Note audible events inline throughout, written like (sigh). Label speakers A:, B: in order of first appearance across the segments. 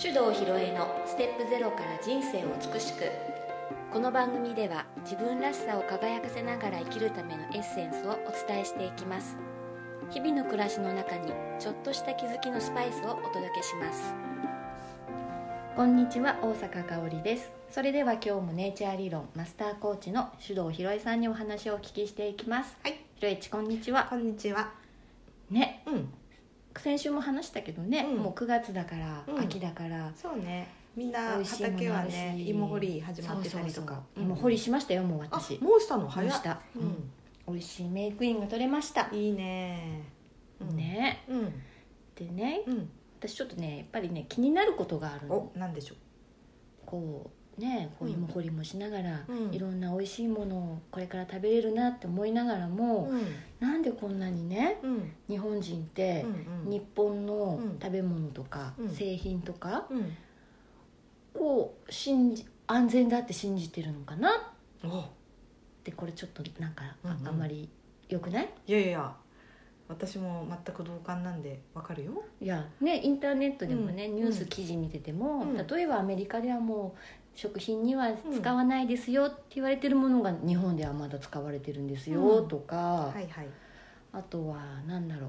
A: 手動ひろえのステップゼロから人生を美しくこの番組では自分らしさを輝かせながら生きるためのエッセンスをお伝えしていきます日々の暮らしの中にちょっとした気づきのスパイスをお届けしますこんにちは大阪香織ですそれでは今日もネイチャー理論マスターコーチの手動ひろえさんにお話をお聞きしていきます
B: はい
A: ひろえちこんにちは
B: こんにちは。
A: ね
B: うん。
A: 先週も話したけどね、
B: うん
A: もう9月だから、
B: うん
A: 秋だから
B: そうね。みん
A: 美
B: な
A: 味しいもの
B: 畑は
A: あ
B: ね、
A: るし
B: 芋掘り始まってたりと
A: そうそう
B: か。
A: そうもう掘り
B: し。
A: しましたよもう
B: あ
A: 私、
B: もうしたの早い
A: ました、
B: う
A: うん
B: ん。
A: 美味しいメイクインが取れました、
B: いいね。うん。
A: ね
B: うん。
A: でね
B: うん。
A: 私ちょっとねやっぱりね気になることがあるの
B: お、なんでしょ
A: こうねこう
B: うん
A: 芋掘りもしながら、
B: うん
A: いろんな美味しいものをこれから食べれるなって思いながら
B: う。
A: も、
B: ん。
A: なんでこんなにね
B: うん。
A: 日本人っ
B: う
A: て、
B: ん。
A: 日本の
B: うん
A: 食べ物とか、
B: うん
A: 製品とか
B: うん。
A: を信じ安全だって信じてるのかな
B: お。
A: でこれちょっとなんか
B: うんうん
A: ああんまり良くない、
B: いやいや。私も全く同感なんで、わかるよ。
A: いやねインターネットでもね、
B: うん
A: ニュース記事見てても、
B: うん
A: 例えばアメリカではもう食品には使わないですよって言われてるものが日本ではまだ使われてるんですよ
B: うん
A: とか、
B: はいはい。
A: あとは何だろ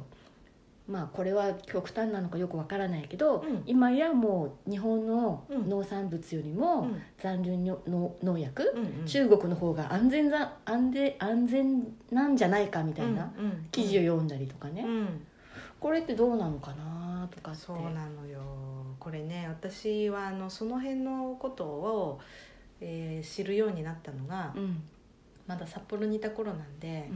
A: うまあこれは極端なのかよくわからないけど、
B: うん
A: 今やもう日本の
B: うん
A: 農産物より
B: う
A: も
B: ん。
A: 残留のの農薬、
B: うんうん。
A: 中国の方が安全ざ安全安全なんじゃないかみたいな、
B: うん。うん
A: 記事を。読んだりとかね、
B: うん。
A: これってどうなのかなとかって
B: そうなのよこれね私はあのその辺のことを、えー知るようになったのが、
A: うん
B: まだ札幌にいた頃なんで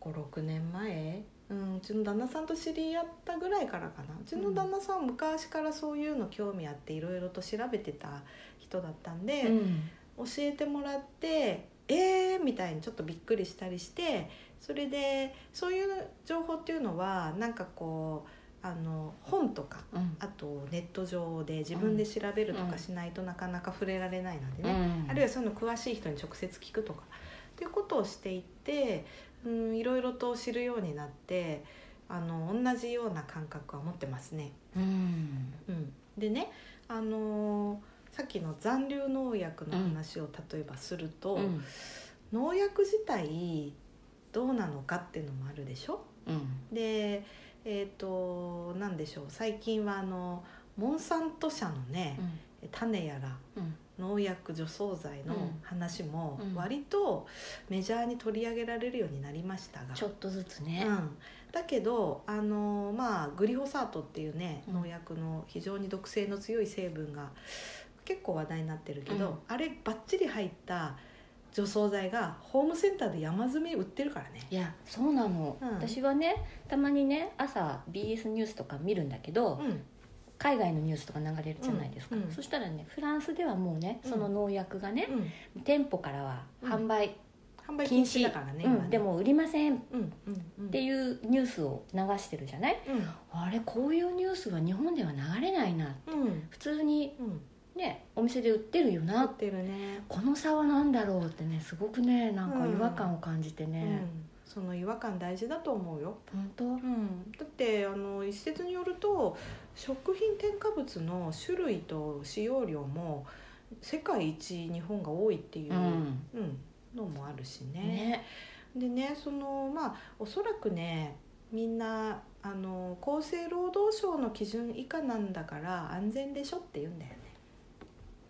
B: 56年前、うん、うちの旦那さんと知り合ったぐらいからかなうちの旦那さんは昔からそういうの興味あっていろいろと調べてた人だったんで、
A: うん
B: 教えてもらって「えー!」みたいにちょっとびっくりしたりしてそれでそういう情報っていうのはなんかこうあの本とか
A: うん
B: あとネット上で自分で調べると
A: うん
B: かしないとなかなか触れられないので
A: う
B: ね、
A: ん
B: あるいはそういうの詳しい人に直接聞くとかっていうことをしていって、うん、いろいろと知るようになってあの同じような感覚は持ってますね。
A: うん
B: うん、でね、あのーさっきの残留農薬の話を例えばすると、
A: うん
B: 農薬自体どうなのかっていうのもあるでしょ
A: うん
B: でえっ、と何でしょう最近はあのモンサント社のね、種やら
A: うん
B: 農薬除草剤の
A: うん
B: 話も
A: うん
B: 割とメジャーに取り上げられるようになりましたが、
A: ちょっとずつね
B: うん、だけどあの、まあ、グリホサートっていうね
A: うん
B: 農薬の非常に毒性の強い成分が結構話題になってるけど、
A: うん
B: あればっちり入った除草剤がホームセンターで山積み売ってるからね。
A: いやそうなの
B: うん
A: 私はねたまにね朝 BS ニュースとか見るんだけど
B: うん
A: 海外のニュースとか流れるじゃないですか
B: うんうん
A: そしたらねフランスではもうね
B: うん
A: その農薬がね
B: うん
A: 店舗からは販売
B: 販売禁
A: 禁止
B: 止だから
A: う
B: ね今ね
A: んでも売りませんっ
B: うんうんうん
A: ていうニュースを流してるじゃないあれこういうニュースは日本では流れないな
B: うんうん
A: 普通に
B: うん
A: ねお店で売ってるよ
B: 合
A: な
B: ってるね
A: この差は何だろうってねすごくねなんか
B: うん
A: 違和感を感じて
B: う
A: ね、
B: んその違和感大事だと思うよ
A: 本
B: うん、だってあの一説によると食品添加物の種類と使用量も世界一日本が多いっていう、
A: 当うん
B: うんのもあるしね。
A: ね
B: でねそのまあおそらくねみんなあの厚生労働省の基準以下なんだから安全でしょって言うんだよね。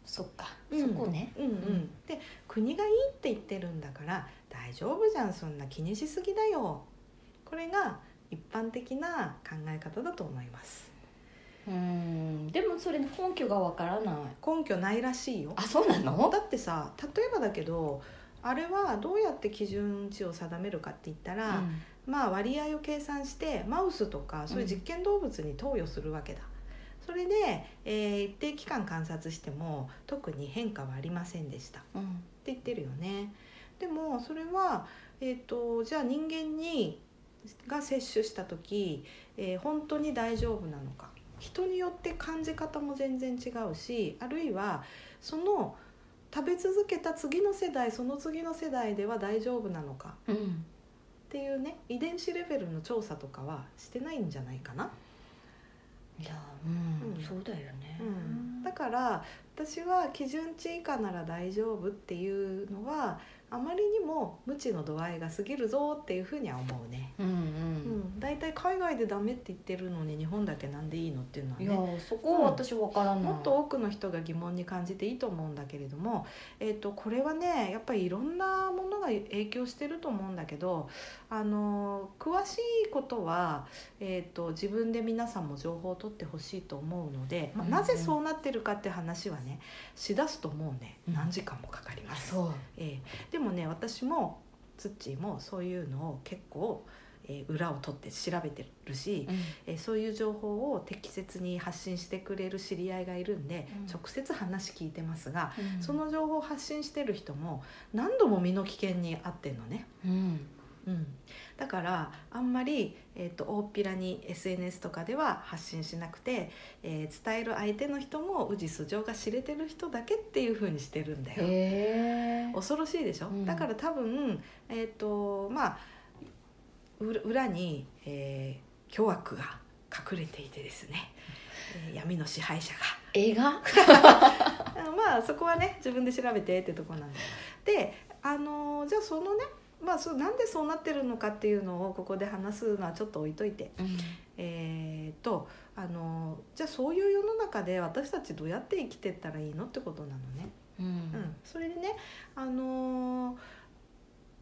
A: そっか、
B: うん
A: そこね
B: うんうん
A: ん
B: で国がいいって言ってるんだから大丈夫じゃんそんな気にしすぎだよこれが一般的な考え方だと思います
A: うんでもそれの根拠がわからない
B: 根拠ないらしいよ
A: あそうなの
B: だってさ例えばだけどあれはどうやって基準値を定めるかって言ったら、まあ割合を計算してマウスとかそういう実験動物に投与するわけだ、それで、えー一定期間観察しても特に変化はありませんでした
A: うんうん
B: って言ってるよねでもそれは、えー、とじゃあ人間にが摂取した時、えー本当に大丈夫なのか人によって感じ方も全然違うしあるいはその食べ続けた次の世代その次の世代では大丈夫なのか
A: うん
B: っていうね遺伝子レベルの調査とかはしてないんじゃないかな
A: いやうん、
B: うん
A: そうだよね、
B: うんだから私は基準値以下なら大丈夫っていうのはあまりにも無知の度合いが過ぎるぞっていうふうには思うね。
A: うん
B: うん、だいたい海外でダメって言ってるのに日本だけなんでいいのっていうのは
A: うんいや
B: ね
A: そこは私わからない、
B: もっと多くの人が疑問に感じていいと思うんだけれども、えー、とこれはねやっぱりいろんなものが影響してると思うんだけどあの詳しいことは、えー、と自分で皆さんも情報を取ってほしいと思うので、まあ
A: うんうん
B: なぜそうなってるかって話はねしだすともうね
A: うん
B: 何時間もかかり
A: あ
B: ます。
A: そう
B: えーでもね私もツッチーもそういうのを結構、えー裏を取って調べてるし、えーそういう情報を適切に発信してくれる知り合いがいるんで、
A: うん
B: 直接話聞いてますが、
A: うん
B: その情報を発信してる人も何度も身の危険に遭ってんのね。
A: うん
B: うん、だからあんまり、えー、と大っぴらに SNS とかでは発信しなくて、えー伝える相手の人も氏素性が知れてる人だけっていう風にしてるんだよ。
A: へえ
B: 恐ろしいでしょ、
A: うん
B: だから多分えっ、とまあう裏に、えー、巨悪が隠れていてですね、えー闇の支配者
A: (laughs) 映画
B: があまあそこはね自分で調べてってとこなんでであのーじゃあそのねまあ、そうなんでそうなってるのかっていうのをここで話すのはちょっと置いといて、
A: うん
B: えー、とあのーじゃあそういう世の中で私たちどうやって生きてったらいいのってことなのね。
A: うん
B: うん、それでねあのー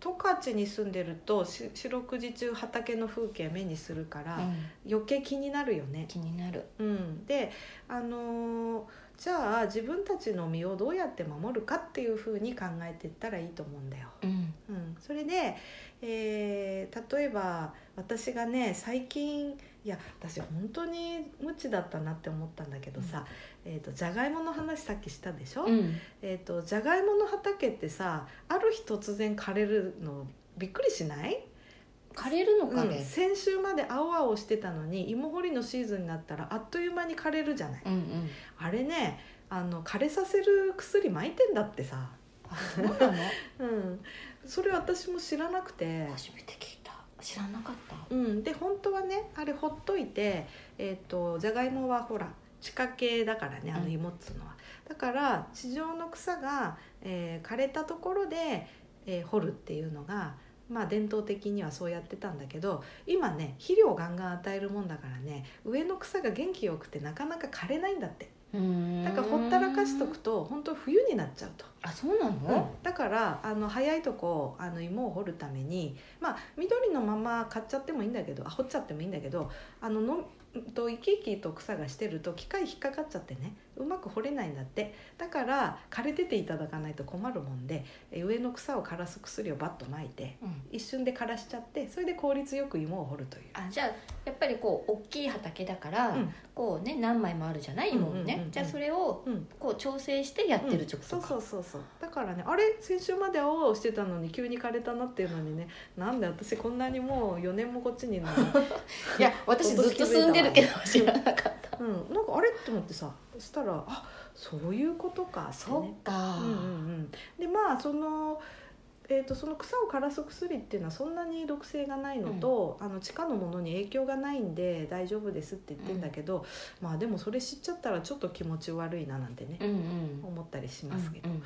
B: 十勝に住んでるとし四六時中畑の風景目にするから、
A: うん
B: 余計気になるよね。
A: 気になる
B: うん、で、あのーじゃあ自分たちの身をどうやって守るかっていうふうに考えていったらいいと思うんだよ。
A: うん
B: うん、それで、えー例えば私がね最近いや私本当に無知だったなって思ったんだけどさ、えー、とじゃがいもの話さっきしたでしょ、
A: うん
B: えー、とじゃがいもの畑ってさある日突然枯れるのびっくりしない、
A: 枯れるのか
B: うん
A: ね
B: 先週まで青々してたのに芋掘りのシーズンになったらあっという間に枯れるじゃない、
A: うんうん
B: あれねあの枯れさせる薬撒いてんだってさ、
A: あそうなの
B: うん、それ私も知らなくて。
A: 初めて聞いた知らなかった
B: うん、で本当はねあれほっといて、えー、とじゃがいもはほら地下系だからねあの
A: うん
B: 芋っつうのは、だから地上の草が、えー枯れたところで、えー掘るっていうのが、まあ、伝統的にはそうやってたんだけど今ね肥料をガンガン与えるもんだからね上の草が元気よくてなかなか枯れないんだってだ
A: だ
B: からほったらかしとくと本当冬になっちゃうと。
A: あそうなの
B: だからあの早いとこあの芋を掘るためにまあ緑のまま買っちゃってもいいんだけどあ掘っちゃってもいいんだけどあののうんと生き生きと草がしてると機械引っかかっちゃってねうまく掘れないんだってだから枯れてていただかないと困るもんでえ上の草を枯らす薬をバッと撒いて
A: うん
B: 一瞬で枯らしちゃってそれで効率よく芋を掘るという。
A: あじゃあやっぱりこう大きい畑だから、
B: うん
A: こうね何枚もあるじゃない芋もね、
B: うんうんうんうん
A: じゃあそれを
B: うん
A: こう調整してやってるってこと
B: そう
A: か、
B: そうそうそうだからねあれ先週まで青々してたのに急に枯れたなっていうのにねなんで私こんなにもう4年もこっちにいるのに
A: いや私ずっと住んでるけど知らなかった
B: うん、なんかあれって思ってさそしたらあそういうことかって
A: そ
B: ね
A: っか、
B: うんうんうん、でまあその,、えー、とその草を枯らす薬っていうのはそんなに毒性がないのと、あの地下のものに影響がないんで大丈夫ですって言ってんだけど、まあでもそれ知っちゃったらちょっと気持ち悪いななんてね、
A: うんうん
B: 思ったりしますけど、
A: うん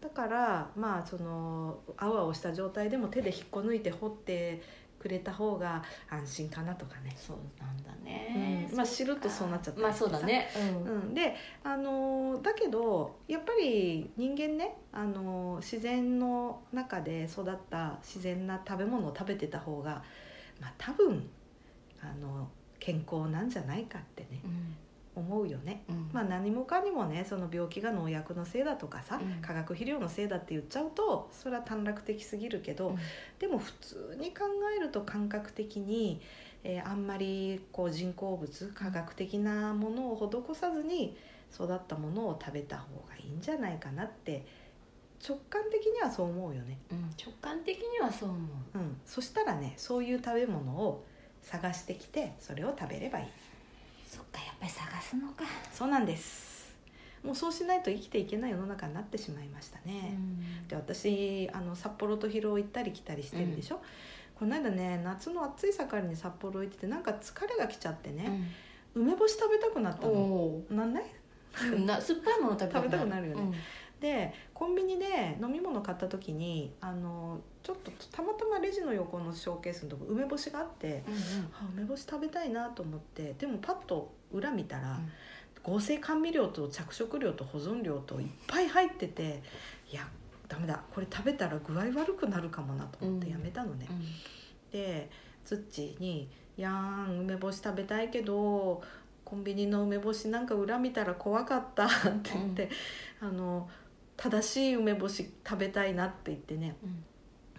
B: だからまあその青々した状態でも手で引っこ抜いて掘ってくれた方が安心かなとかね、
A: そうなんだね、
B: うんまあ知るとそうなっちゃったり
A: まあそうだねうん
B: うん、で、あのーだけどやっぱり人間ね、あのー自然の中で育った自然な食べ物を食べてた方が、まあ、多分、あの健康なんじゃないかってね
A: うん
B: 思うよね。
A: うん
B: まあ、何もかにもねその病気が農薬のせいだとかさ、
A: うん
B: 化学肥料のせいだって言っちゃうとそれは短絡的すぎるけど、
A: うん
B: でも普通に考えると感覚的に、えーあんまりこう人工物科学的なものを施さずに育ったものを食べた方がいいんじゃないかなって直感的にはそう思うよね、
A: うん直感的にはそう思う
B: うん、そしたらねそういう食べ物を探してきてそれを食べればいい
A: そっかやっぱり探すのか、
B: そうなんですもうそうしないと生きていけない世の中になってしまいましたね、
A: うん
B: で私あの札幌と広尾行ったり来たりしてるでしょ、この間ね夏の暑い盛りに札幌行っててなんか疲れが来ちゃってね、梅干し食べたくなったの
A: お
B: なんない
A: ーな酸っぱいもの食べたくなる
B: 食べたくなるよねでコンビニで飲み物買った時にあのちょっとたまたまレジの横のショーケースのとこ梅干しがあって
A: うんうんうん
B: あ梅干し食べたいなと思ってでもパッと裏見た
A: う
B: ら、
A: ん
B: 合成甘味料と着色料と保存料といっぱい入ってていやダメだこれ食べたら具合悪くなるかもなと思ってやめたのね。
A: うん
B: でツッチーに「やーん梅干し食べたいけどコンビニの梅干しなんか裏見たら怖かった」って言って、あの正しい梅干し食べたいなって言ってね
A: うん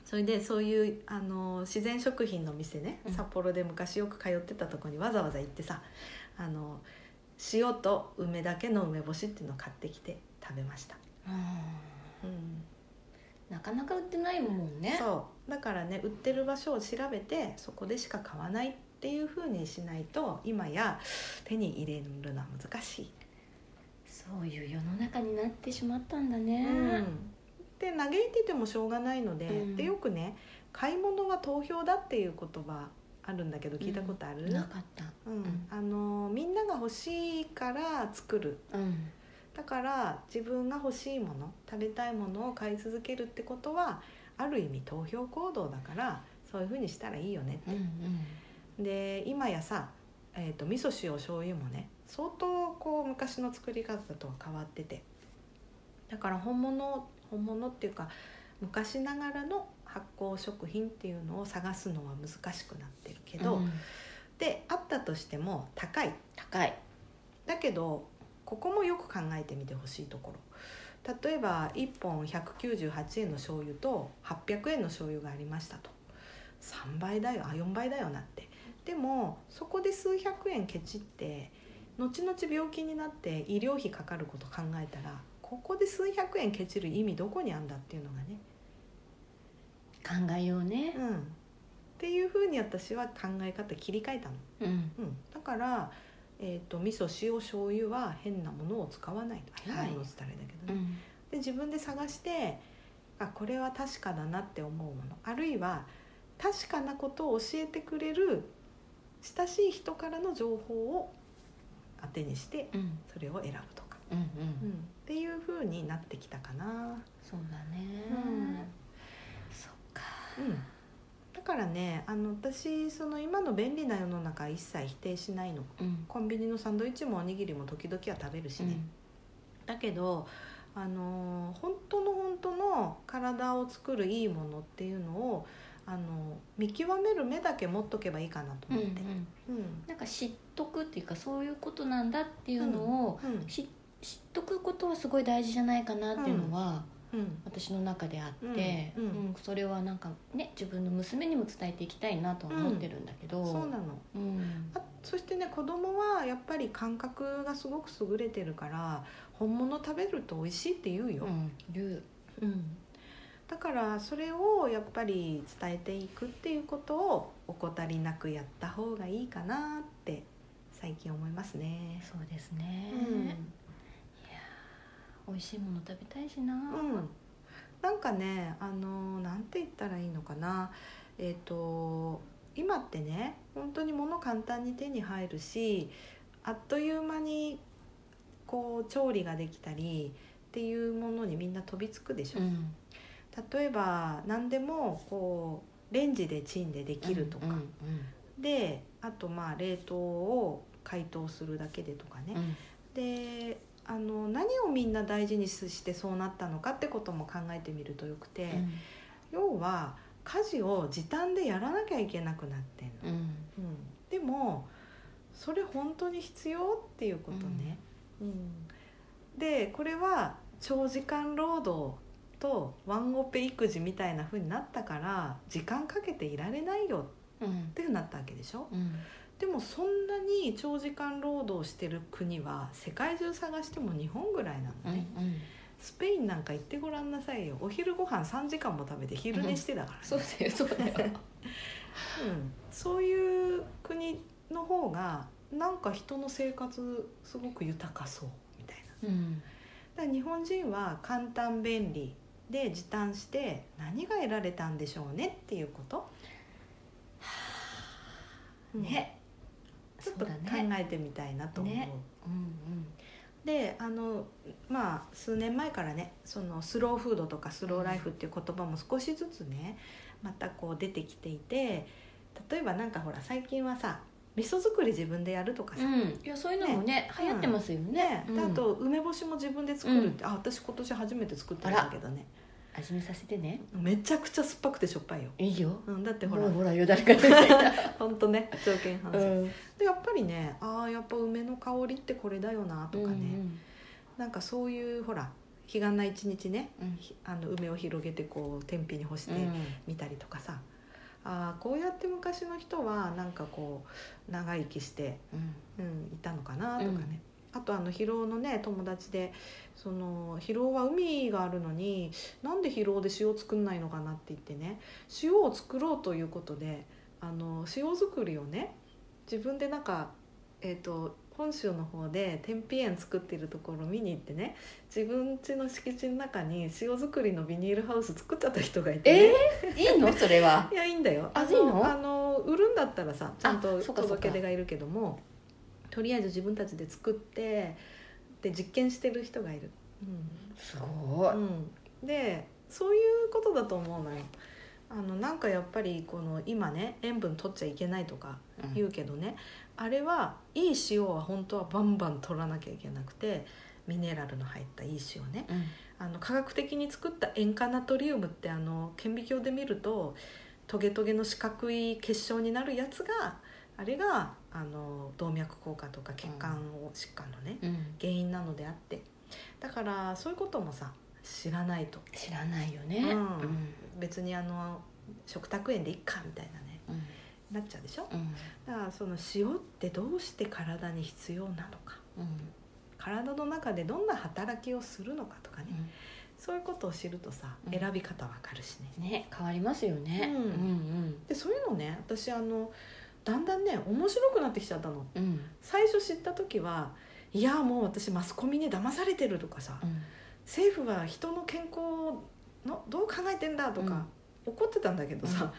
B: それでそういうあの自然食品の店ね
A: うん
B: 札幌で昔よく通ってたとこにわざわざ行ってさあの塩と梅だけの梅干しっていうのを買ってきて食べました。
A: あ
B: うん
A: ーなかなか売ってないもんね
B: そうだからね売ってる場所を調べてそこでしか買わないっていう風にしないと今や手に入れるのは難しい、
A: そういう世の中になってしまったんだ
B: う
A: ね
B: ん、で嘆いててもしょうがないので,、
A: うん
B: でよくね「買い物は投票だ」っていう言葉あるんだけど聞いたことある、うん
A: なかったん
B: あのみんなが欲しいから作る
A: うん
B: だから自分が欲しいもの食べたいものを買い続けるってことはある意味投票行動だからそういう風にしたらいいよね
A: うんうん
B: で今やさ、えー、と味噌塩醤油もね相当こう昔の作り方とは変わっててだから本物本物っていうか昔ながらの発酵食品っていうのを探すのは難しくなってるけど、
A: うん
B: であったとしても高い
A: 高い
B: だけどここもよく考えてみてほしいところ例えば1本198円の醤油と800円の醤油がありましたと3倍だよあ4倍だよなってでもそこで数百円ケチって後々病気になって医療費かかること考えたらここで数百円ケチる意味どこにあんだっていうのがね
A: 考えようね
B: うんっていうふうに私は考え方切り替えたの
A: うん
B: うん、だから、えー、と味噌塩醤油は変なものを使わないと変なものって言ったらあれだけど
A: う
B: ね、
A: ん
B: で自分で探してあこれは確かだなって思うものあるいは確かなことを教えてくれる親しい人からの情報を当てにして
A: うん
B: それを選ぶとか、
A: うんう
B: うんん、っていうふうになってきたかな。
A: そうだ
B: うん
A: ねそっか
B: うんだからねあの私その今の便利な世の中は一切否定しないの
A: うん
B: コンビニのサンドイッチもおにぎりも時々は食べるし
A: う
B: ね、
A: ん
B: だけどあのー本当の本当の体を作るいいものっていうのをあのー見極める目だけ持っとけばいいかなと
A: うんう
B: 思って、
A: ん
B: うん
A: なんか知っとくっていうかそういうことなんだっていうのを
B: うん
A: し知っとくことはすごい大事じゃないかなっていうのは
B: うん
A: 私の中であって、
B: うんうん
A: うんそれはなんかね自分の娘にも伝えていきたいなとは思ってるんだけど、
B: そうなの
A: うん
B: あそしてね子供はやっぱり感覚がすごく優れてるから本物食べると美味しいって言うよ
A: う、ん言う
B: うんだからそれをやっぱり伝えていくっていうことを怠りなくやった方がいいかなって最近思いますね。
A: そうですね、美味しいもの食べたいしな、
B: うんうんなんかねあのなんて言ったらいいのかなえっ、と今ってね本当に物簡単に手に入るしあっという間にこう調理ができたりっていうものにみんな飛びつくでしょ。
A: うん
B: 例えば何でもこうレンジでチンでできるとか、
A: うんうん
B: であとまあ冷凍を解凍するだけでとかね、
A: うん
B: であの何をみんな大事にしてそうなったのかってことも考えてみるとよくて、要は家事を時短でやらなきゃいけなくなってんの、
A: うんうん
B: うんでもそれ本当に必要っていうことね、うんでこれは長時間労働とワンオペ育児みたいな風になったから時間かけていられないよ
A: うん
B: ってなったわけでしょ
A: うん
B: でもそんなに長時間労働してる国は世界中探しても日本ぐらいな
A: う
B: のね、
A: ん
B: スペインなんか行ってごらんなさいよお昼ご飯3時間も食べて昼寝してだからね、
A: そうだよそうだよ
B: うんそういう国の方がなんか人の生活すごく豊かそうみたいな
A: うん
B: だから日本人は簡単便利で時短して何が得られたんでしょうねっていうこと、うん
A: ね
B: ちょっと
A: そ
B: 考
A: うだね
B: えてみたいなと思う。
A: ね
B: うんうんであのまあ数年前からねそのスローフードとかスローライフっていう言葉も少しずつねまたこう出てきていて例えばなんかほら最近はさ味噌作り自分でやるとかさ、
A: うん、いやそういうのもね流行ってますよね
B: ね、
A: うん
B: であと梅干しも自分で作るって、あ私今年初めて作ってみたけどね
A: 味見させてね
B: めちゃくちゃ酸っぱくてしょっぱいよ、
A: いいよ
B: うん、だって
A: ほ
B: ほ
A: ら
B: ら
A: ほらよだれが出てきた、
B: 本当ね条件反
A: う
B: 射、
A: ん、
B: でやっぱりねああやっぱ梅の香りってこれだよなとかね、なんかそういうほら日がな一日ね
A: うんうん
B: ひあの梅を広げてこう天日に干してみたりとかさ、ああこうやって昔の人はなんかこう長生きして、
A: うん
B: うん、いたのかなとかね、あとあの疲労のね友達でその疲労は海があるのになんで疲労で塩作んないのかなって言ってね塩を作ろうということであの塩作りをね自分でなんかえっ、と本州の方で天日園作ってるところ見に行ってね自分家の敷地の中に塩作りのビニールハウス作っちゃった人がいてね、
A: えー、いいのそれはい
B: やいいんだよ
A: あ
B: あ
A: いいの
B: あの売るんだったらさちゃんと
A: あそうかそうか
B: 届け出がいるけどもとりあえず自分たちで作ってで実験してる人がいる、
A: すご
B: うんうん、でそういうことだと思うのよあのなんかやっぱりこの今ね塩分取っちゃいけないとか
A: い、
B: 言うけどね、あれはいい塩は本当はバンバン取らなきゃいけなくてミネラルの入ったいい塩ね
A: うん
B: あの科学的に作った塩化ナトリウムってあの顕微鏡で見るとトゲトゲの四角い結晶になるやつがあれがあの動脈硬化とか血管を疾患のね、
A: うん、
B: 原因なのであってだからそういうこともさ知らないと
A: 知らないよね、
B: うん
A: うん
B: 別にあの食卓園でいっかみたいなね
A: うん
B: なっちゃうでしょ
A: うん
B: だからその塩ってどうして体に必要なのか
A: うん
B: 体の中でどんな働きをするのかとかね、そういうことを知るとさ
A: うん
B: 選び方わかるしね、
A: うんね変わりますよね、
B: うんでそういうのね私あのだんだんね面白くなってきちゃったの
A: うんうんうん
B: 最初知った時はいやもう私マスコミに騙されてるとかさ、
A: うん
B: 政府は人の健康のどう考えてんだとか、怒ってたんだけどさ、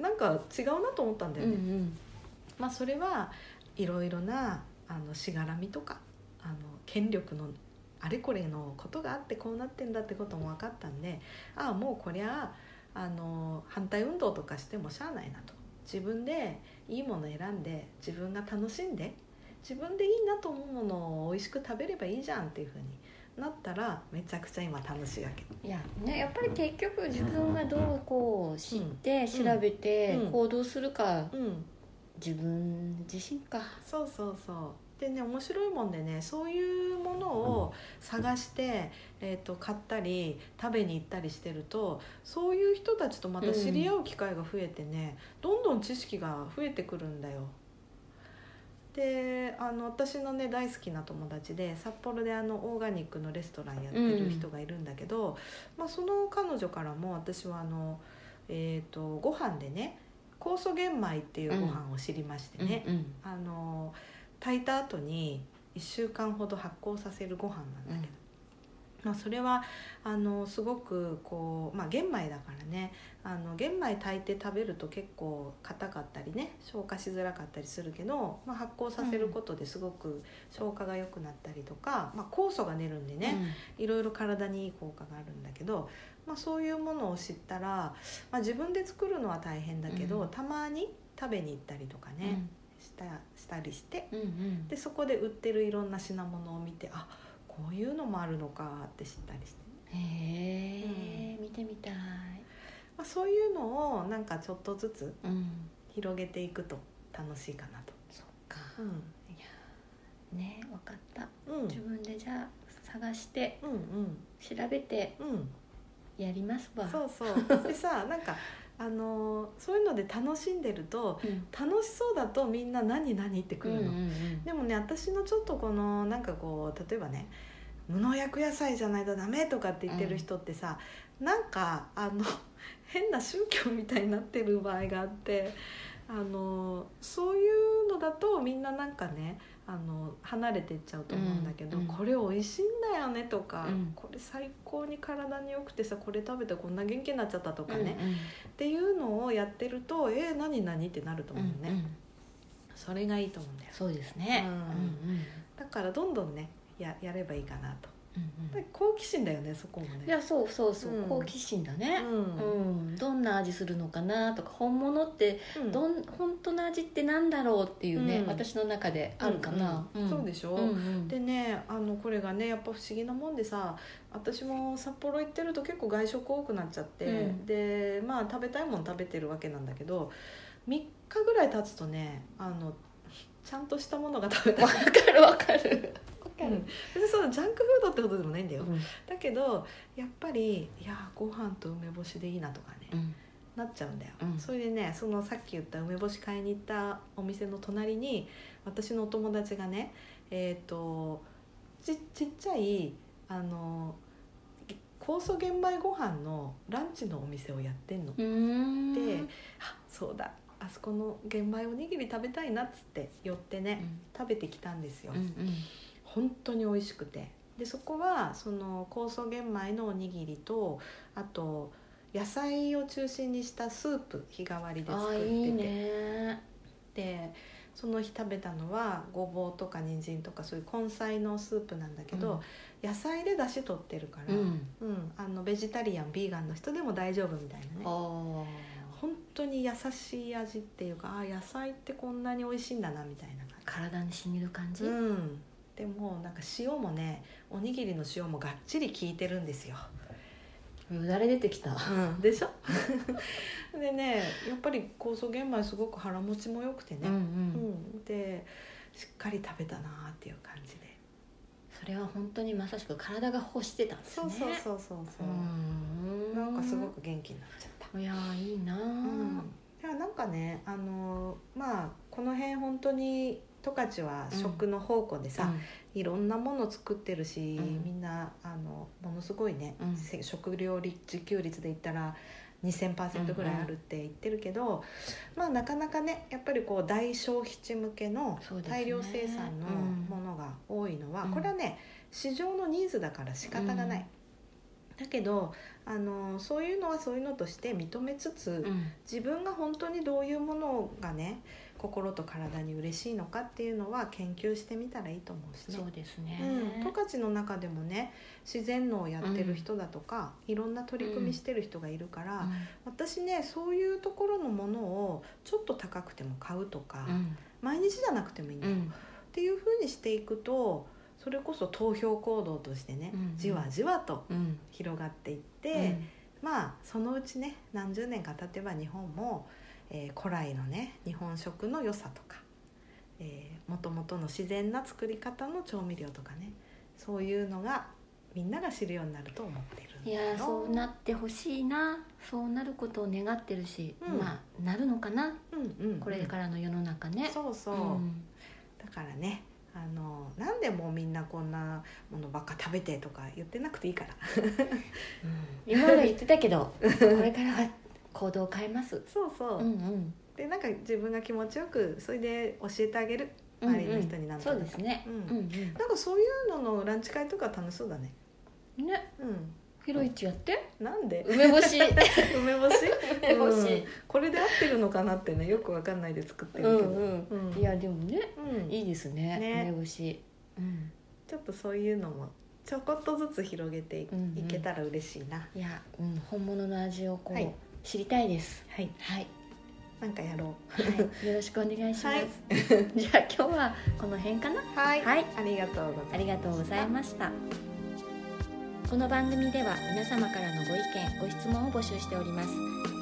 B: なんか違うなと思ったんだよね、
A: うん
B: まあそれはいろいろなあのしがらみとかあの権力のあれこれのことがあってこうなってんだってことも分かったんでああもうこりゃあの反対運動とかしてもしゃあないなと自分でいいもの選んで自分が楽しんで自分でいいなと思うものを美味しく食べればいいじゃんっていうふうになったらめちゃくちゃ今楽しいわけ。
A: いやね、やっぱり結局自分がどうこう知って調
B: ん
A: べて
B: うん
A: 行動するか
B: うん
A: 自分自身か
B: そうそうそうでね面白いもんでねそういうものを探して、えー、と買ったり食べに行ったりしてるとそういう人たちとまた知り合う機会が増えてね、どんどん知識が増えてくるんだよ。であの私のね大好きな友達で札幌であのオーガニックのレストランやってる人がいるんだけど、まあ、その彼女からも私はあの、えー、とご飯でね酵素玄米っていうご飯を知りましてね、
A: うん
B: あの炊いた後に1週間ほど発酵させるご飯なんだけど、まあ、それはあのすごくこう、まあ、玄米だからねあの玄米炊いて食べると結構硬かったりね消化しづらかったりするけど、まあ、発酵させることですごく消化が良くなったりとか、まあ、酵素が出るんで
A: うん
B: ね、いろいろ体にいい効果があるんだけど、まあ、そういうものを知ったら、まあ、自分で作るのは大変だけど、
A: うん
B: たまに食べに行ったりとかね、したしたりして
A: うんうん
B: でそこで売ってるいろんな品物を見てあこういうのもあるのかって知ったりして、
A: へえ、見てみたい、
B: まあ、そういうのをなんかちょっとずつ
A: うん、
B: 広げていくと楽しいかなと。
A: そっか、
B: う
A: いやね分かった
B: ん、うん
A: 自分でじゃあ探して
B: うん
A: 調べて
B: うんうん
A: やりますわ
B: そうそうでさなんかあのーそういうので楽しんでると
A: うん、
B: 楽しそうだとみんな「何何?」ってく
A: うん
B: る
A: う
B: の、
A: んうん
B: でもね私のちょっとこのなんかこう例えばね無農薬野菜じゃないとダメとかって言ってる人ってさ、なんかあの (laughs) 変な宗教みたいになってる場合があってあのそういうのだとみんななんかねあの離れてっちゃうと思うんだけど、
A: うんうん
B: これ美味しいんだよねとか、
A: うん
B: これ最高に体に良くてさこれ食べてこんな元気になっちゃったとかね、
A: うんうん
B: っていうのをやってるとえー、何何ってなると思うね。
A: うんうん
B: それがいいと思うんだよ
A: そうですね
B: う
A: うんん
B: だからどんどんねややればいいかなと
A: うんうん
B: やっぱり好奇心だよねそこも
A: い
B: ね
A: やそうそうそう、
B: うん
A: 好奇心だ
B: う
A: ね、うん
B: ん
A: どんな味するのかなとか本物って
B: うん
A: どん本当の味ってなんだろうっていうね、
B: うん
A: 私の中であるかな、
B: うんうんそうでしょ
A: うんうん
B: でねあのこれがねやっぱ不思議なもんでさ私も札幌行ってると結構外食多くなっちゃって、
A: うん
B: でまあ食べたいもの食べてるわけなんだけど3日ぐらい経つとねあのちゃんとしたものが食べた
A: (laughs)
B: い
A: わ、かるわかるわか
B: うん、別にそのジャンクフードってことでもないんだよ、だけどやっぱりいやーご飯と梅干しでいいなとかね、
A: うん
B: なっちゃうんだよ、
A: うん
B: それでねそのさっき言った梅干し買いに行ったお店の隣に私のお友達がねえっ、とちちっちゃいあの酵素玄米ご飯のランチのお店をやってんの、
A: うーん
B: であそうだあそこの玄米おにぎり食べたいなっつって寄って
A: う
B: ね
A: ん
B: 食べてきたんですよ、
A: うんうん
B: 本当に美味しくてでそこはその酵素玄米のおにぎりとあと野菜を中心にしたスープ日替わりで
A: あ
B: 作って
A: ー
B: て
A: いいね
B: でその日食べたのはごぼうとか人参とかそういう根菜のスープなんだけど、野菜で出汁取ってるから、
A: うん、
B: うんあのベジタリアンビーガンの人でも大丈夫みたいなね
A: あ
B: 本当に優しい味っていうかあー野菜ってこんなに美味しいんだなみたいな感じ
A: ー体に染みる感じ、
B: うん、でもなんか塩もねおにぎりの塩もがっちり効いてるんですよ、 (laughs)
A: よだれ出てきた
B: でしょ (laughs) でねやっぱり酵素玄米すごく腹持ちも良くて
A: うんう
B: ね、うん
A: ん
B: でしっかり食べたなっていう感じで
A: それは本当にまさしく体が欲してたんです
B: そ
A: ね
B: うそうそうそうそうう、
A: ん
B: なんかすごく元気になっちゃった
A: いやーいいなー、
B: うんだからなんかねあのーまあこの辺本当に十勝は食の宝庫でさ、いろんなもの作ってるし、
A: うん
B: みんなあのものすごいね、
A: うん
B: せ食料率自給率で言ったら2000%ぐらいあるって言ってるけど、まあなかなかねやっぱりこう大消費地向けの
A: そうですね
B: 大量生産のものが多いのは、
A: うん
B: これはね市場のニーズだから仕方がない。だけどあのそういうのはそういうのとして認めつつ、
A: うんうん
B: 自分が本当にどういうものがね心と体に嬉しいのかっていうのは研究してみたらいいと思うしね
A: そうですね、
B: うん十勝、の中でもね自然農をやってる人だとか、いろんな取り組みしてる人がいるから、私ねそういうところのものをちょっと高くても買うとか、
A: うん
B: 毎日じゃなくてもいいん
A: う
B: だよ、っ
A: ん
B: ていうふうにしていくとそれこそ投票行動としてね、
A: うん
B: じわじわと
A: うん
B: 広がっていって。
A: うん
B: まあそのうちね何十年か経てば日本も、えー古来のね日本食の良さとかもともとの自然な作り方の調味料とかねそういうのがみんなが知るようになると思ってるんだ
A: い
B: よ
A: やーそうなってほしいなそうなることを願ってるし、
B: うん
A: まあなるのかな
B: うんうん、
A: これからの世の中ね、
B: そうそう、
A: うん
B: だからねあのなんでもうみんなこんなものばっか食べてとか言ってなくていいから
A: 今まで言ってたけどこれからは行動を変えます
B: そうそう、
A: うんうん
B: でなんか自分が気持ちよくそれで教えてあげる
A: うんうん
B: 周りの人になんと
A: そ
B: な
A: う
B: く
A: ですね、
B: う
A: う
B: ん
A: んうん
B: なんかそういうののランチ会とか楽しそうだね
A: ね
B: うん
A: ひろいちやって
B: なんで
A: 梅干し
B: 梅干し
A: (laughs) 梅干し
B: うんこれで合ってるのかなってねよくわかんないで作って
A: う
B: るけ
A: ん
B: ど、
A: うん、
B: うん
A: いやでもね
B: うん
A: いいですね
B: ね
A: 梅干し、うん、
B: ちょっとそういうのもちょこっとずつ広げてい,、
A: うんうん
B: けたら嬉しいない
A: や、うん、本物の味をこう、
B: はい
A: 知りたいです
B: はい
A: はい、
B: なんかやろ
A: はい、よろしくお願いします、
B: はい
A: (laughs) じゃあ今日はこの辺かな
B: う (laughs) はい、
A: はい
B: ありがとうございます
A: ありがとうございましたこの番組では皆様からのご意見ご質問を募集しております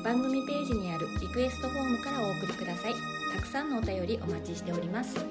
A: 番組ページにあるリクエストフォームからお送りくださいたくさんのお便りお待ちしております